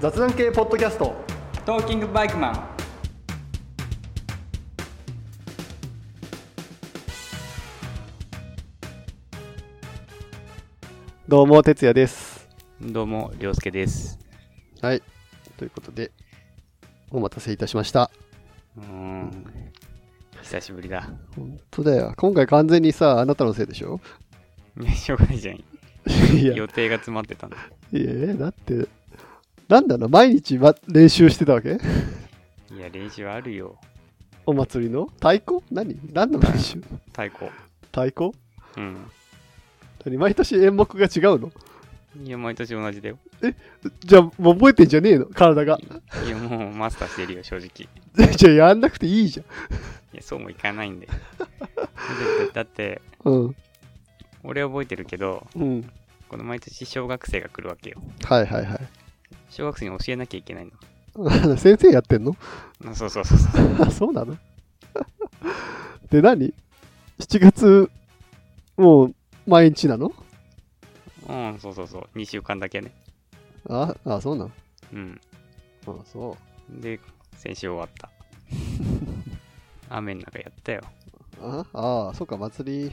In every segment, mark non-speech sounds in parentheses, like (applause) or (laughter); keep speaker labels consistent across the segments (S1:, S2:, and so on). S1: 雑談系ポッドキャスト
S2: トーキングバイクマン
S1: どうも哲也です
S2: どうも涼介です
S1: はいということでお待たせいたしました
S2: うーん久しぶりだ (laughs)
S1: 本当だよ今回完全にさあなたのせいでしょ (laughs)
S2: いやしょうがないじゃん
S1: いやい
S2: 予定が詰まってたんだ
S1: やだってなんだろう毎日、ま、練習してたわけ
S2: いや練習あるよ
S1: お祭りの太鼓何何の練習
S2: 太鼓
S1: 太鼓
S2: うん
S1: 何毎年演目が違うの
S2: いや毎年同じだよ
S1: じゃあもう覚えてんじゃねえの体が
S2: いやもうマスターしてるよ正直
S1: (laughs) じゃあやんなくていいじ
S2: いやそうもいかないんで (laughs) だってだって
S1: ゃんうん
S2: 俺覚えてるけど
S1: うん
S2: この毎年小学生が来るわけよ
S1: はいはいはい
S2: 小学生に教えなきゃいけないの
S1: (laughs) 先生やってんの
S2: あ (laughs) そうそうそうそう
S1: (laughs) あそうなので何 ?7 月もう毎日なの
S2: うんそうそうそう2週間だけね
S1: ああそうなの
S2: うん
S1: あそ
S2: で先週終わった
S1: (laughs)
S2: 雨の中やったよ
S1: うああそうか祭り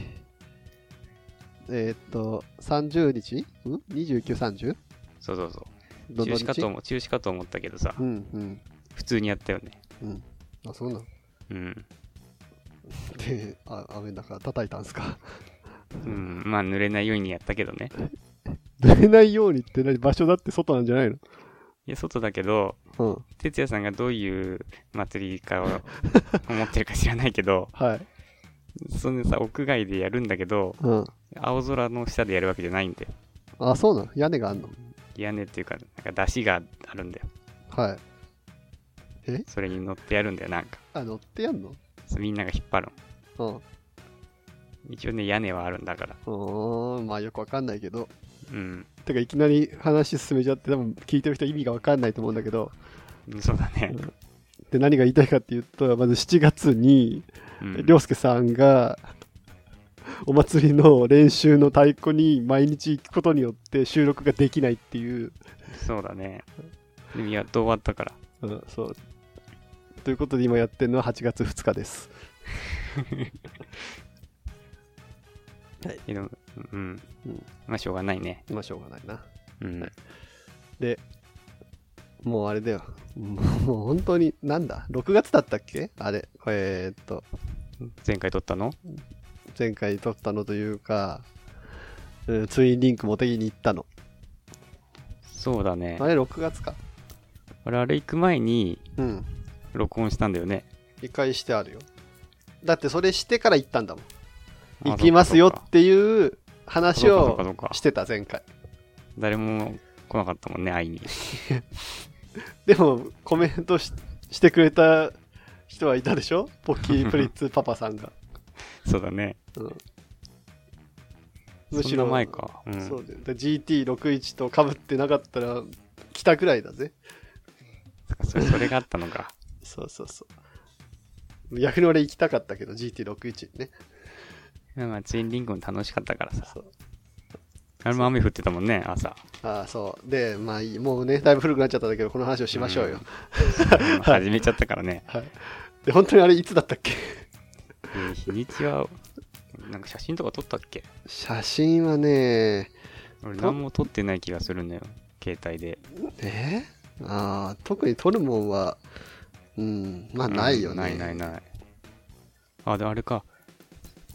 S1: えーっと30日ん ?2930?
S2: そうそうそう
S1: ど
S2: 中
S1: の
S2: 止か
S1: 日
S2: と思中止かと思ったけどさ
S1: うんうん
S2: 普通にやったよね
S1: うんあそうなの
S2: うん、
S1: であ雨の中叩いたんすか (laughs)
S2: うん、まあ濡れないようにやったけどね
S1: 濡れないようにって何場所だって外なんじゃないの
S2: いや外だけど
S1: うん
S2: 哲也さんがどういう祭りかを思ってるか知らない
S1: (laughs)
S2: けど
S1: はい
S2: そのさ屋外でやるんだけど
S1: うん
S2: 青空の下でやるわけじゃないんだよ
S1: あそうなの屋根があんの
S2: 屋根っていうかなんか出汁があるんだよ
S1: はい
S2: それに乗ってやるんだよなんか
S1: あ乗ってやんの
S2: みんなが引っ張る
S1: う
S2: の
S1: ん
S2: 一応ね屋根はあるんだから
S1: うーん、まあよくわかんないけど。
S2: うん
S1: てかいきなり話進めちゃって多分聞いてる人意味がわかんないと思うんだけど。
S2: そうだね
S1: で、何が言いたいかっていうと、まず7月に、
S2: うん
S1: りょうすけさんが、お祭りの練習の太鼓に毎日行くことによって収録ができないっていう、
S2: そうだねでもやっと終わったから
S1: うん、そう。ということで今やってるのは8月2日です。
S2: けどうん、
S1: うん
S2: まあしょうがないね
S1: まあしょうがないな。
S2: うん、
S1: はいもうあれだよ。もう本当に、なんだ ?6 月だったっけあれ。えー、っと、
S2: 前回撮ったの
S1: 前回撮ったのというか、うん、ツインリンク茂木に行ったの。
S2: そうだね
S1: あれ、6月か。
S2: 俺あれ行く前に
S1: うん。
S2: 録音したんだよね
S1: 理解してあるよ。だってそれしてから行ったんだも
S2: あ
S1: ん。行きますよ
S2: そっか
S1: っていう話
S2: そうかそう
S1: を
S2: か
S1: してた、前回。
S2: 誰も来なかったもんね会いに (laughs)
S1: でも、コメントししてくれた人はいたでしょポッキープリッツパパさん
S2: (laughs)
S1: が。
S2: そうだね
S1: うん、
S2: そんな前か、うん、
S1: そうだよ。で GT61 と被ってなかったら来たくらいだぜ。
S2: そっかそれそれがあったのか
S1: そうそうそう。逆に俺行きたかったけど、GT61 ね。
S2: まあツインリンクも楽しかったからさ
S1: そう
S2: あれも雨降ってたもんね
S1: (laughs)
S2: 朝
S1: ああそうでまあいいもうねだいぶ古くなっちゃったんだけどこの話をしましょうよ、
S2: 始めちゃったからね、
S1: はいで本当にあれいつだったっけ
S2: えー日にちはなんか写真とか撮ったっけ
S1: 写真はね
S2: 俺
S1: と
S2: 何も撮ってない気がするのよ携帯で
S1: えああ特に撮るもんはうんまあないよね、
S2: うんないないないあであれか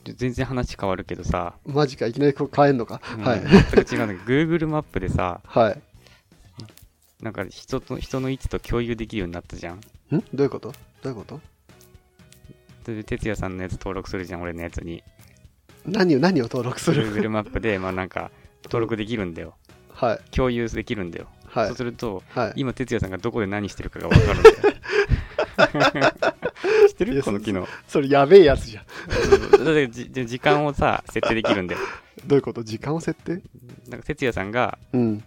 S2: ちょ全然話変わるけどさ、
S1: マジかいきなりこう変えんのか、
S2: うん
S1: はい
S2: 全く違うんだけど Google マップでさ
S1: はい
S2: なんか人と人の位置と共有できるようになったじゃん
S1: んどういうことどういうこと
S2: それで哲也さんのやつ登録するじゃん俺のやつに
S1: 何を何を登録する
S2: Google マップでまあなんか登録できるんだよ
S1: はい
S2: 共有できるんだよ、
S1: はい
S2: そうすると
S1: はい
S2: 今哲也さんがどこで何してるかが分かる
S1: (laughs)
S2: んだよ知って
S1: い
S2: る
S1: や
S2: この機能
S1: それやべえやつじゃん
S2: だってじじ時間をさ設定できるんだよ
S1: どういうこと時間を設定
S2: なんか哲也さんが
S1: うん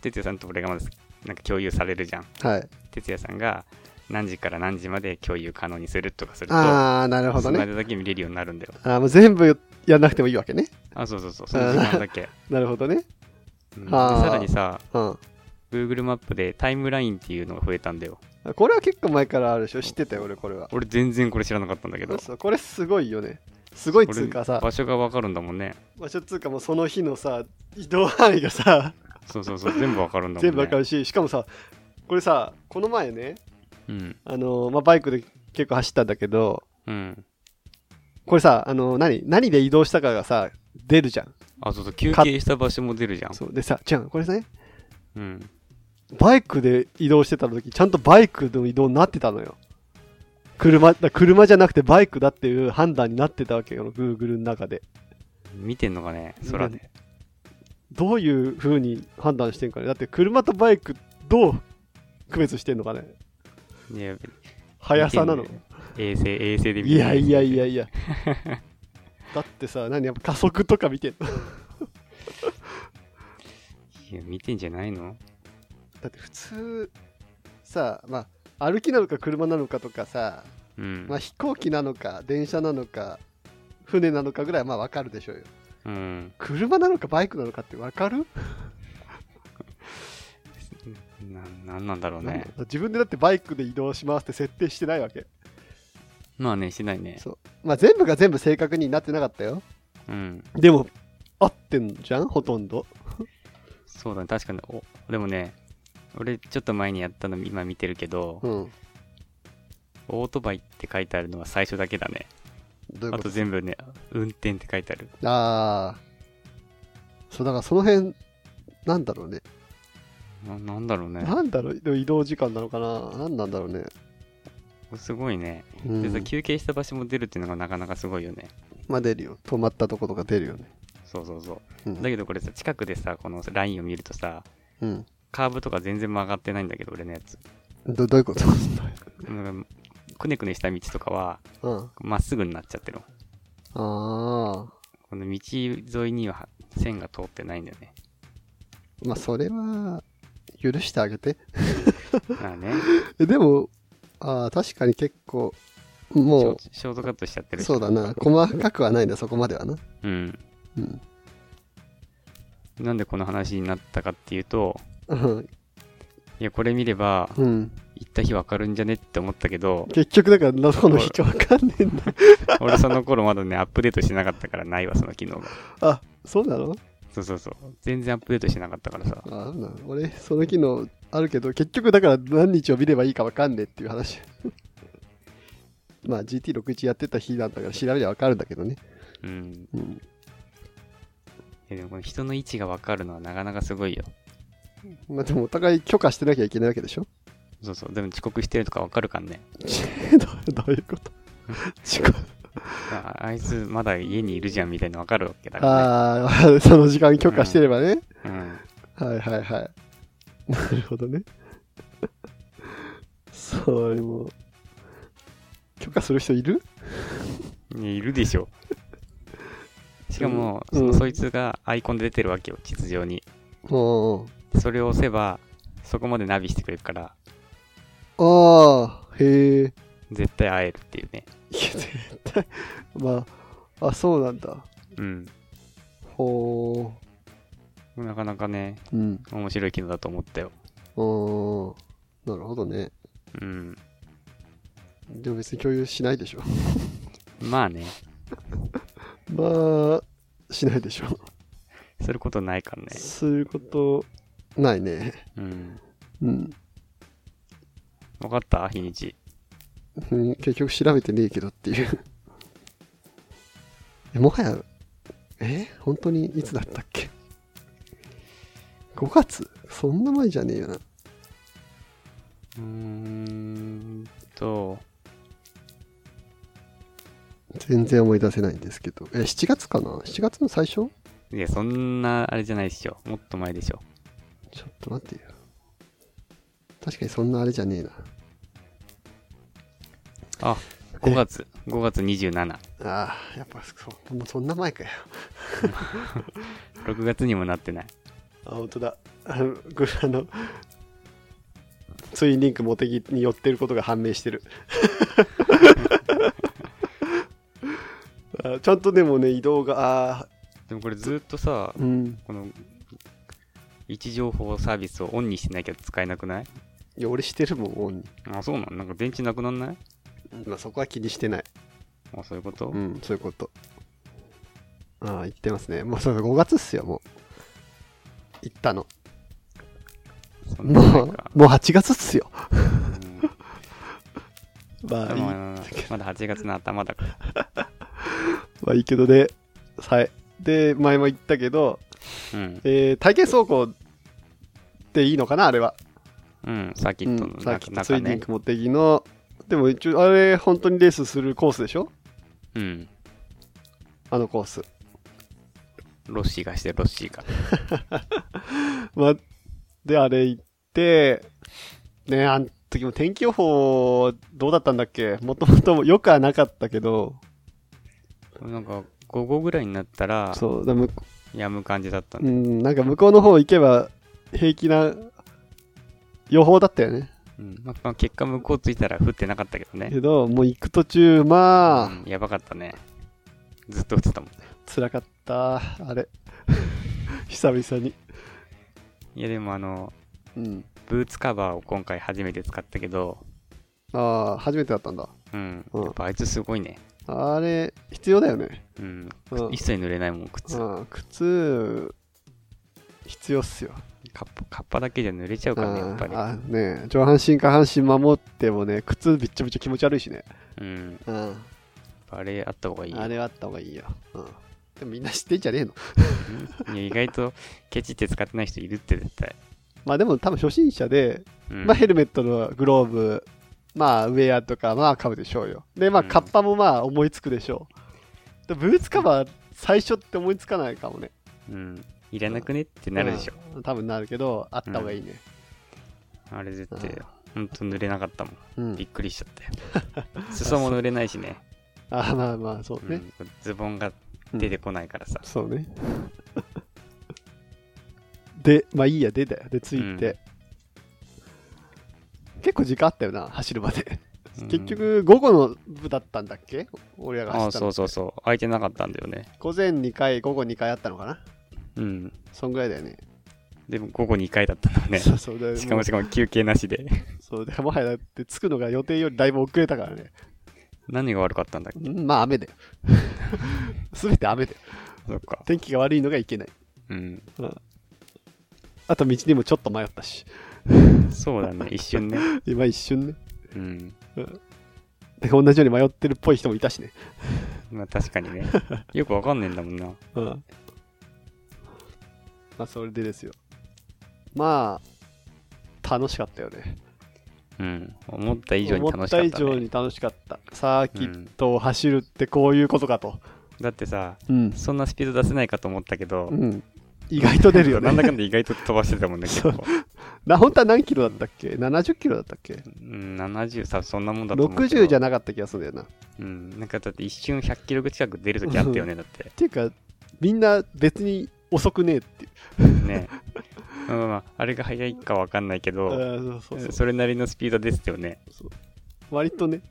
S2: 哲也さんと俺がまずなんか共有されるじゃん
S1: はい
S2: 哲也さんが何時から何時まで共有可能にするとかすると
S1: ああなるほ
S2: そ
S1: ど
S2: の
S1: ね
S2: 間だけ見れるようになるんだよ
S1: あーもう全部やんなくてもいいわけね (laughs)
S2: あそうそうそうその時間だけ、
S1: なるほどね
S2: うんで
S1: あー
S2: さらにさ
S1: うん
S2: Google マップでタイムラインっていうのが増えたんだよ。
S1: あこれは結構前からあるでしょ知ってたよ俺これは
S2: 俺全然これ知らなかったんだけど。
S1: そうこれすごいよねすごいっ
S2: こ
S1: つ
S2: れ
S1: うかさ
S2: 場所がわかるんだもんね。
S1: 場所っつうかもうその日のさ移動範囲が
S2: (laughs)
S1: さ
S2: そうそうそう、全部わかるんだもんね。
S1: 全部わか
S2: る。
S1: るししかもさこれさこの前ね
S2: うん。
S1: あの、まあ、バイクで結構走ったんだけど
S2: うん。
S1: これさあの何何で移動したかがさ出るじゃん
S2: あ、そうそう、休
S1: か
S2: 憩した場所も出るじゃん。
S1: そうでさじゃんこれね
S2: うん。
S1: バイクで移動してた時ちゃんとバイクの移動になってたのよ車だ車じゃなくてバイクだっていう判断になってたわけよ Google の中で
S2: 見てんのかね、空で。
S1: どういう風に判断してんかねだって車とバイクどう区別してんのかね
S2: いや、
S1: 速さなの
S2: 見てんよ衛星、衛星で見て
S1: いやいやい
S2: や。
S1: やいやだってさ何やっぱ加速とか見てんの
S2: いや、見てんじゃないの
S1: だって普通さまあ歩きなのか車なのかとかさ、
S2: うん
S1: まあ、。飛行機なのか電車なのか船なのかぐらいはまあ分かるでしょうよ
S2: うん。
S1: 車なのかバイクなのかって分かる、
S2: な、なんなんだろうね。
S1: 自分でだってバイクで移動しますって設定してないわけ、
S2: まあね、しないね。
S1: そうまあ、全部が全部正確になってなかったよ
S2: うん。
S1: でも合ってんじゃんほとんど
S2: そうだね、確かに。お、でもね、俺ちょっと前にやったの今見てるけど、
S1: うん
S2: オートバイって書いてあるのは最初だけだね。
S1: どうい
S2: あ
S1: うこと
S2: 全部ね、運転って書いてある。
S1: とああそうだからその辺なんだろうね
S2: ななんだろうね。
S1: なんだろう移動時間なのかななんなんだろうね、
S2: すごいね。
S1: う
S2: でさ
S1: ん、
S2: 休憩した場所も出るっていうのがなかなかすごいよね。
S1: まあ出るよ止まったとことか出るよね
S2: そうそうそう。
S1: うん
S2: だけどこれさ、近くでさ、このラインを見るとさ、
S1: うん
S2: カーブとか全然曲がってないんだけど、俺のやつ。
S1: どどういうこと (laughs)
S2: なんかくねくねした道とかは、
S1: うんあ
S2: まっすぐになっちゃってるの。
S1: あ
S2: この道沿いには線が通ってないんだよ
S1: (laughs)
S2: ね。
S1: まあそれは許してあげて
S2: まあね、
S1: えでもああ確かに結構
S2: シ
S1: も
S2: ョ
S1: う
S2: ショートカットしちゃってる。
S1: そうだな細かくはないんだそこまではな
S2: うん。
S1: うん
S2: なんでこの話になったかっていうと、
S1: うん
S2: いや、これ見れば、
S1: うん、
S2: 行った日わかるんじゃねって思ったけど
S1: (laughs) 結局だからなこの人わかんねえんだ
S2: 俺その頃まだね、アップデートしてなかったからないわ、その機能が。
S1: あそうなの
S2: そうそうそう。全然アップデートしてなかったからさ。
S1: あな俺その機能あるけど結局だから何日を見ればいいかわかんねえっていう話 (laughs) まあ GT61 やってた日なんだから調べりゃわかるんだけどね
S2: うん。
S1: うん
S2: いやでもこの人の位置がわかるのはなかなかすごいよ。
S1: まあでもお互い許可してなきゃいけないわけでしょ (laughs)
S2: そうそう。でも遅刻してるとかわかるかんね。
S1: どういうこと遅刻
S2: ああいつまだ家にいるじゃんみたいなのわかるわけだか
S1: ああ (laughs) その時間許可してればね、
S2: らね。うん。
S1: はいはいはいなるほどね (laughs) それも許可する人いる
S2: ねいるでしょ。 (laughs) しかも、
S1: うん
S2: そ
S1: うん
S2: のそいつがアイコンで出てるわけよ、地図上に。
S1: うん
S2: それを押せば、そこまでナビしてくれるから、
S1: ああへえ
S2: 絶対会えるっていうね。
S1: いや絶対まああそうなんだ
S2: うん。
S1: ほ
S2: なかなかね、
S1: ううん
S2: 面白い機能だと思ったよ。
S1: うんなるほどね
S2: うん。
S1: でも別に共有しないでしょ
S2: まあね、
S1: まあしないでしょ
S2: することないからね。
S1: そういうことないね
S2: うん。
S1: うん
S2: 分かった日にち。
S1: うん結局調べてねえけどっていうえもはやえ本当にいつだったっけ5月そんな前じゃねえよな
S2: うーんと、
S1: 全然思い出せないんですけどえ7月かな7月の最初
S2: いや、そんなあれじゃないでしょ。もっと前でしょ。
S1: ちょっと待ってよ確かにそんなあれじゃねえな
S2: あ、5月、5月27。
S1: ああやっぱそうもうそんな前かよ
S2: 6月にもなってない。
S1: あ本当だあのグラのツインリンクモテギに寄ってることが判明してる (laughs) あちゃんとでもね移動があ
S2: でもこれずっとさ、
S1: ーうん
S2: この位置情報サービスをオンにしなきゃ使えなくない
S1: いや、俺してるもん、オンに。
S2: あ、そうなんなんか電池なくなんない
S1: まあ、そこは気にしてない。
S2: あ、そういうこと、
S1: うん、そういうこと。ああ、言ってますね。もうそれ5月っすよ、もう。行ったの。
S2: そん
S1: も
S2: な
S1: う
S2: ないか、。
S1: もう8月っすよ。
S2: うん
S1: (laughs) まあいい、ま
S2: まあまあまあまだ8月の頭だから。
S1: あいいけどね。はい。で、前も言ったけど、
S2: うん。
S1: えー体験走行っていいのかな、あれは。
S2: うん。サーキ
S1: う
S2: ットの
S1: ん、さっ
S2: 中,、
S1: きのツ
S2: 中
S1: イディン
S2: ね。
S1: ク持ってきの。でも一応、あれ、本当にレースするコースでしょ
S2: うん。
S1: あのコース。
S2: ロッシーがして、ロッシーが。
S1: まあ、で、あれ行って、ね、あの時も天気予報どうだったんだっけもともとよくはなかったけど、
S2: なんか、午後ぐらいになったら、
S1: そう、だむ
S2: やむ感じだったん
S1: う
S2: だ。
S1: ん、なんか向こうの方行けば平気な予報だったよね。
S2: うん。まあ、まあ結果向こう着いたら降ってなかったけどね。
S1: けど、もう行く途中、まあ、
S2: うんやばかったね。ずっと降ってたもん。
S1: 辛かった、あ (laughs) れ。久々に。
S2: いや、でもあの、
S1: うん。
S2: ブーツカバーを今回初めて使ったけど、
S1: ああ、初めてだったんだ。
S2: うん。
S1: うん
S2: やっぱあいつすごいね。
S1: あれ、必要だよね。
S2: うん。
S1: うん
S2: 一切濡れないもん、靴。
S1: うん、靴、必要っすよ。
S2: カッパカッパだけじゃ濡れちゃうからね、やっぱり。
S1: あーあね上半身下半身守ってもね靴びっちょびちょ気持ち悪いしね、
S2: うん。やっ
S1: うん、
S2: ぱあれあった方がいいよ。
S1: あれはあった方がいいよ、うん、でもみんな知ってんじゃねえの
S2: うんいや意外とケチって使ってない人いるって絶対。
S1: まあでも多分初心者で、
S2: うん
S1: まあヘルメットのグローブまあウェアとかまあ買うでしょうよでまあ
S2: うん
S1: カッパもまあ思いつくでしょうでブーツカバー最初って思いつかないかもね
S2: うん。いらなくねってなるでしょ。
S1: うん多分なるけどあった方がいいね
S2: あれ絶
S1: う
S2: 対
S1: ん。
S2: ほんと濡れなかったもん。
S1: うん、
S2: びっくりしちゃったよ。
S1: (laughs)
S2: 裾も濡れないしね。
S1: あまあまあそううね、
S2: んズボンが出てこないからさ。
S1: そうね。で、まあいいや、でだよ。で、ついて。結構時間あったよな、走るまで。
S2: うん
S1: 結、局、午後の部だったんだっけ俺らが走
S2: ああ、
S1: った
S2: そ
S1: の
S2: う。そうそう。空いてなかったんだよね。
S1: 午前2回、午後2回あったのかな
S2: うん。
S1: そんぐらいだよね。
S2: でも午後2回だったんだね。
S1: そうそうだよ
S2: しかもし
S1: も
S2: かも休憩なしで。
S1: うそうだよもはやだって着くのが予定よりだいぶ遅れたからね。
S2: 何が悪かったんだっけ
S1: うんまあ (laughs) 雨だよ。すべて雨だよ。
S2: そっか。
S1: 天気が悪いのがいけない。
S2: うん。
S1: あと道にもちょっと迷った (laughs) し。
S2: そう
S1: (laughs)
S2: だね。一瞬ね。
S1: 今一瞬ね。
S2: うん。
S1: で同じように迷ってるっぽい人もいたしね。
S2: まあ確かにね。よくわかんねえんだもんな。
S1: うん。まあ、それでですよ。まあ、楽しかったよね。
S2: うん。思った以上に楽しか
S1: 思
S2: っ
S1: ったた以上
S2: ね。
S1: に楽しかった。サーキ
S2: う
S1: ッ
S2: ん
S1: トを走るってこういうことかと。
S2: だってさ、
S1: うん。
S2: そんなスピード出せないかと思ったけど、
S1: 意外と出るよ
S2: なんだ
S1: ね。
S2: かんだ意外と飛ばしてたもんね、
S1: (laughs)
S2: 結構。
S1: な本当は何キロだったっけ ?70 キロだったっけ
S2: うん、70さ、そんなもんだと思うけど。
S1: ?60 じゃ
S2: ん。
S1: なかった気がするんだよな。っ
S2: うん、なんかだって一瞬100キロ近く出るときあったよね、だって。
S1: ていうか、みんな別に遅くねえっていう。
S2: ね。まあまあまあ、あれが速いかわかんないけ
S1: あ
S2: ど、
S1: ーそうそうそ
S2: それなりのスピードですよね。
S1: う割とね、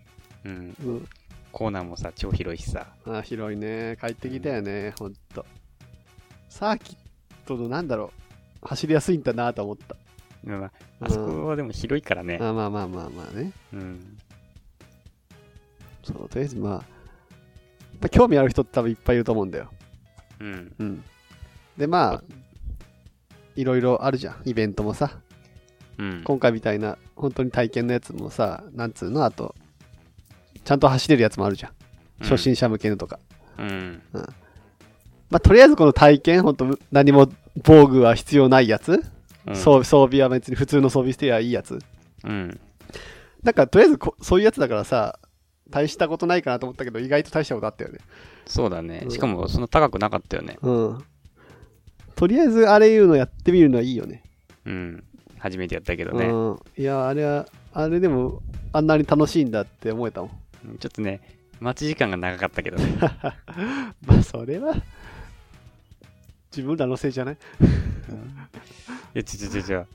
S2: うん。
S1: うん、
S2: コーナーもさ、超広いしさ。
S1: あー広いね。快適だよね、ほんと。サーキットのなんだろう、走りやすいんだなと思った。
S2: まあまあ、あそこはでも広いからね。
S1: あまあまあまあまあね。
S2: うん。
S1: そう、とりあえずまあ、やっぱ興味ある人って多分いっぱいいると思うんだよ。
S2: うん。
S1: うん。でまあ、いろいろあるじゃん、イベントもさ。
S2: うん。
S1: 今回みたいな、本当に体験のやつもさ、なんつうの、あと、ちゃんと走れるやつもあるじゃん。初心者向けのとか。
S2: うん。
S1: まあ、とりあえずこの体験、本当何も防具は必要ないやつ、
S2: うん。
S1: 装装備は別に普通の装備してりゃいいやつ。
S2: うん。
S1: なんか、とりあえずこそういうやつだからさ、大したことないかなと思ったけど、意外と大したことあったよね。
S2: そうだね。しかも、そんな高くなかったよね。
S1: うん。とりあえずあれいうのやってみるのはいいよね。
S2: うん。初めてやったけどね。
S1: うん。いや、あれは、あれでも、あんなに楽しいんだって思えたもん。
S2: ちょっとね、待ち時間が長かったけどね。 (laughs)
S1: まあ、それは、自分らのせいじゃない
S2: いや、ちょちょちょちょ。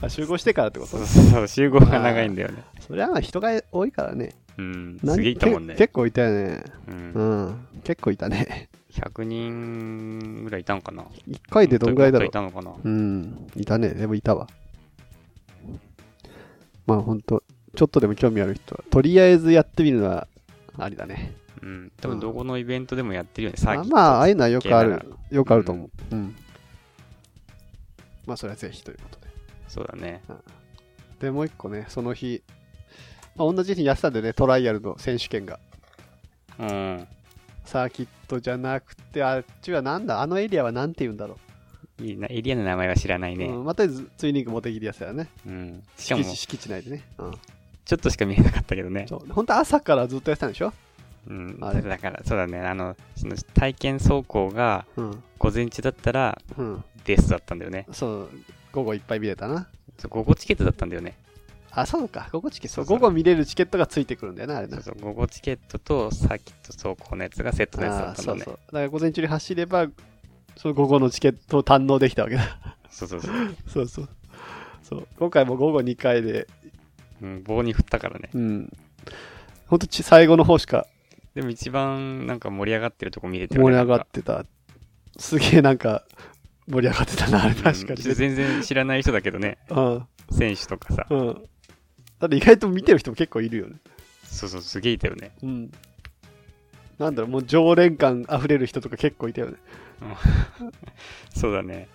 S1: あ集合してからってこ
S2: そ
S1: と
S2: うそう、集合が長いんだよね。
S1: それはまあ人が多いからね。
S2: うん。
S1: なん
S2: すげえいたもん
S1: け
S2: ね。
S1: 結構いたよね。
S2: うん
S1: うん。結構いたね。
S2: 100人ぐらいいたんかな
S1: 1回でどんぐらいだろう
S2: もっともっといたのか
S1: うん、いたね。でもいたわ。まあほんと、ちょっとでも興味ある人は、とりあえずやってみるのはありだね。
S2: なうん多分どこのイベントでもやってるよねサー
S1: まあ
S2: キット
S1: まあ、ああいうのはよくあ
S2: 系なら
S1: る。よくあると思う。うん。まあそれはぜひということで。
S2: そうだね
S1: で、もう一個ね、その日、まあ、同じ日にやってたんでね、トライアルの選手権が。
S2: うん
S1: サーキットじゃなくて、あっちはなんだあのエリアはなんて言うんだろ。
S2: いいなエリアの名前は知らないうね
S1: うん、またツイニングモテギリやつだよね。
S2: うんしかも
S1: 敷地敷地内でね。うん。
S2: ちょっとしか見えなかったけどね
S1: そう。本当朝からずっとやってたんでしょ
S2: うん
S1: あれ
S2: だからそうだねあのその体験走行が
S1: うん。
S2: 午前中だったら
S1: うん。
S2: レースだったんだよね
S1: そう、午後いっぱい見れたな。
S2: そう午後チケットだったんだよね
S1: あ、そうか、午後チケット。
S2: そうそ
S1: 午
S2: う
S1: 後見れるチケットがついてくるんだよな、あれ
S2: そ
S1: な
S2: う。そう午後チケットとサーキット走行のやつがセットのやつだ
S1: あ
S2: っ
S1: ー
S2: たん
S1: そ
S2: だ
S1: う
S2: ね
S1: そう。だから午前中に走れば、その午後のチケットを堪能できたわけだ。 (laughs)
S2: そうそうそう、
S1: そうそう。そう今回も午後2回で、
S2: うん、棒に振ったからね
S1: うん。ほんとち最後の方しか
S2: でも一番なんか盛り上がってるとこ見れて
S1: 盛り上が
S2: っ
S1: ってた。すげえなんか、盛り上がってたな、あれ確かに。
S2: 全然知らない人だけどね
S1: うん。
S2: 選手とかさ
S1: うん。だって意外と見てる人も結構いるよね。
S2: そうそうすげえいたよね
S1: うん。なんだろう、もう常連感あふれる人とか結構いたよね。
S2: そうだね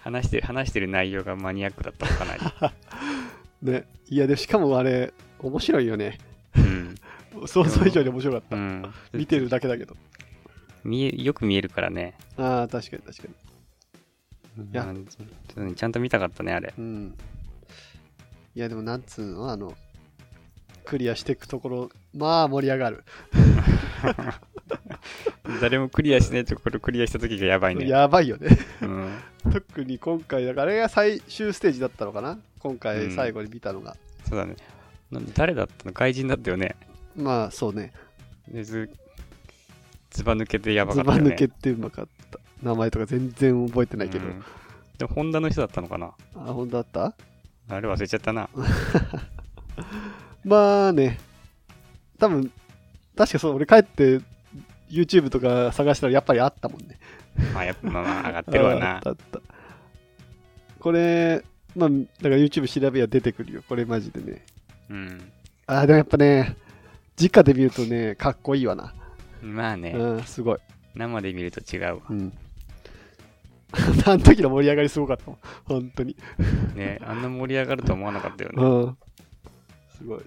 S2: 話してる話してる内容がマニアックだったのかな
S1: (laughs)
S2: り
S1: ね。いや、で、しかもあれ、面白いよね。
S2: うん、
S1: 想像以上に面白かった。
S2: うん、
S1: 見てるだけだけど。
S2: 見えよく見えるからね
S1: ああ、確かに確かに。や
S2: うんちょっとねちゃんと見たかったねあれ
S1: うん。いや、でもなんつうの、あの、クリアしていくところ、まあ盛り上がる。
S2: 誰もクリアしないところクリアした時がやばいね、
S1: やばいよね。
S2: うん、
S1: 特に今回、だからあれが最終ステージだったのかな今
S2: う
S1: 回
S2: ん
S1: 最後に見たのが。
S2: そうだねなん誰だったの外人だったよね
S1: まあそうね。
S2: でずずば抜けてやばか
S1: ズ
S2: った
S1: バ
S2: よね
S1: 抜けってうまかった。名前とか全然覚えてないけど。
S2: うんでもホンダの人だったのかな
S1: あ、本当だった
S2: あれ忘れちゃったな
S1: まあね、多分確かそう、俺帰って、YouTube とか探したらやっぱりあったもんね。
S2: まあやっぱまあまあ上がってるわ
S1: (laughs) あっ
S2: な
S1: たあった。これ、まあ、だから YouTube 調べや出てくるよ。これマジでね。
S2: うん
S1: あー、でもやっぱね、直で見るとね、かっこいいわな。
S2: まあね、
S1: うん、すごい。
S2: 生で見ると違うわ
S1: うん。 (laughs) あの時の盛り上がりすごかったもん。本当に。
S2: ねあんな盛り上がると思わなかったよね
S1: うん。すごい。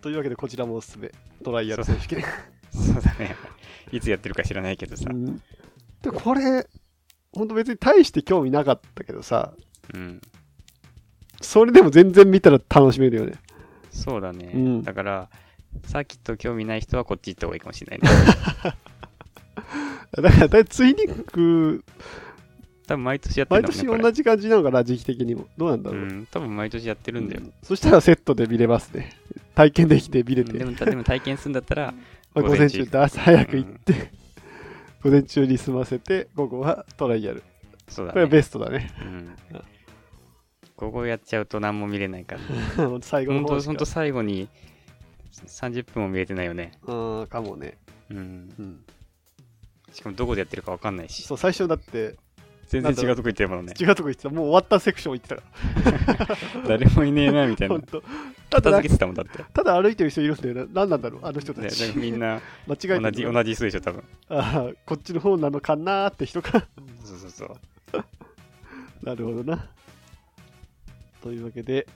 S1: というわけで、こちらもおすすめ。トライアル選手権。
S2: そうだねいつやってるか知らないけどさ
S1: うんでこれほんと別に大して興味なかったけどさ
S2: うん
S1: それでも全然見たら楽しめるよね
S2: そうだね、
S1: うん
S2: だからサーキット興味ない人はこっち行った方がいいかもしれないね
S1: だからだいツイニック
S2: 多分毎年やってる
S1: 毎
S2: んだもん
S1: 年
S2: ねこれ
S1: 同じ感じなのかな時期的にもどうなんだ
S2: う
S1: ろう、
S2: ん多分毎年やってるんだよ、
S1: そしたらセットで見れますね体験できて見れて、
S2: でもたでも体験するんだったら
S1: まあ、午前中
S2: 午前中
S1: で朝早く行って、午前中に済ませて午後はトライアル
S2: そうだ
S1: これは
S2: ね
S1: ベストだね (laughs)
S2: うん午後やっちゃうと何も見れないから
S1: ほんと最後
S2: 本
S1: の
S2: 当
S1: 方
S2: 本
S1: し
S2: 当最後に30分も見れてないよね、
S1: かうんかもね、
S2: うん、
S1: うん、
S2: しかもどこでやってるか分かんないし
S1: そう最初だって
S2: 全然違うとこ行ってるもんね
S1: 違うとこ行ってたもう終わったセクション行ってたか
S2: 誰もいねえなみた
S1: ら
S2: いな
S1: 本当
S2: (laughs) 片付けてたもんだって
S1: ただ歩いてる人いるんだよな。何なんだろうあの人た
S2: ね
S1: ち。
S2: なんかみんな
S1: 間違えて
S2: 同じ
S1: る
S2: 同じ人でしょ多分
S1: ああ、こっちの方なのかなーって人か。 (laughs)
S2: そうそうそう
S1: なるほどな。というわけ
S2: (laughs)
S1: で、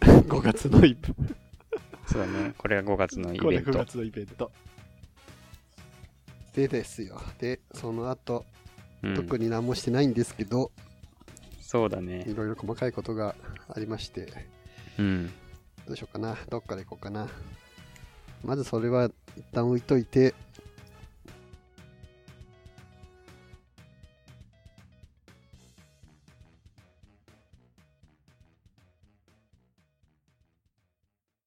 S1: 5月のイベン
S2: そうだねこれが5月のイ
S1: ト。こ
S2: ベ
S1: れ
S2: ン
S1: 5
S2: ト
S1: 月のイベント。でですよ。で、その後、
S2: うん
S1: 特に何もしてないんですけど、
S2: そうだね
S1: いろいろ細かいことがありまして、
S2: うん
S1: どうしようかな。どっから行こうかな。まずそれは一旦置いといて、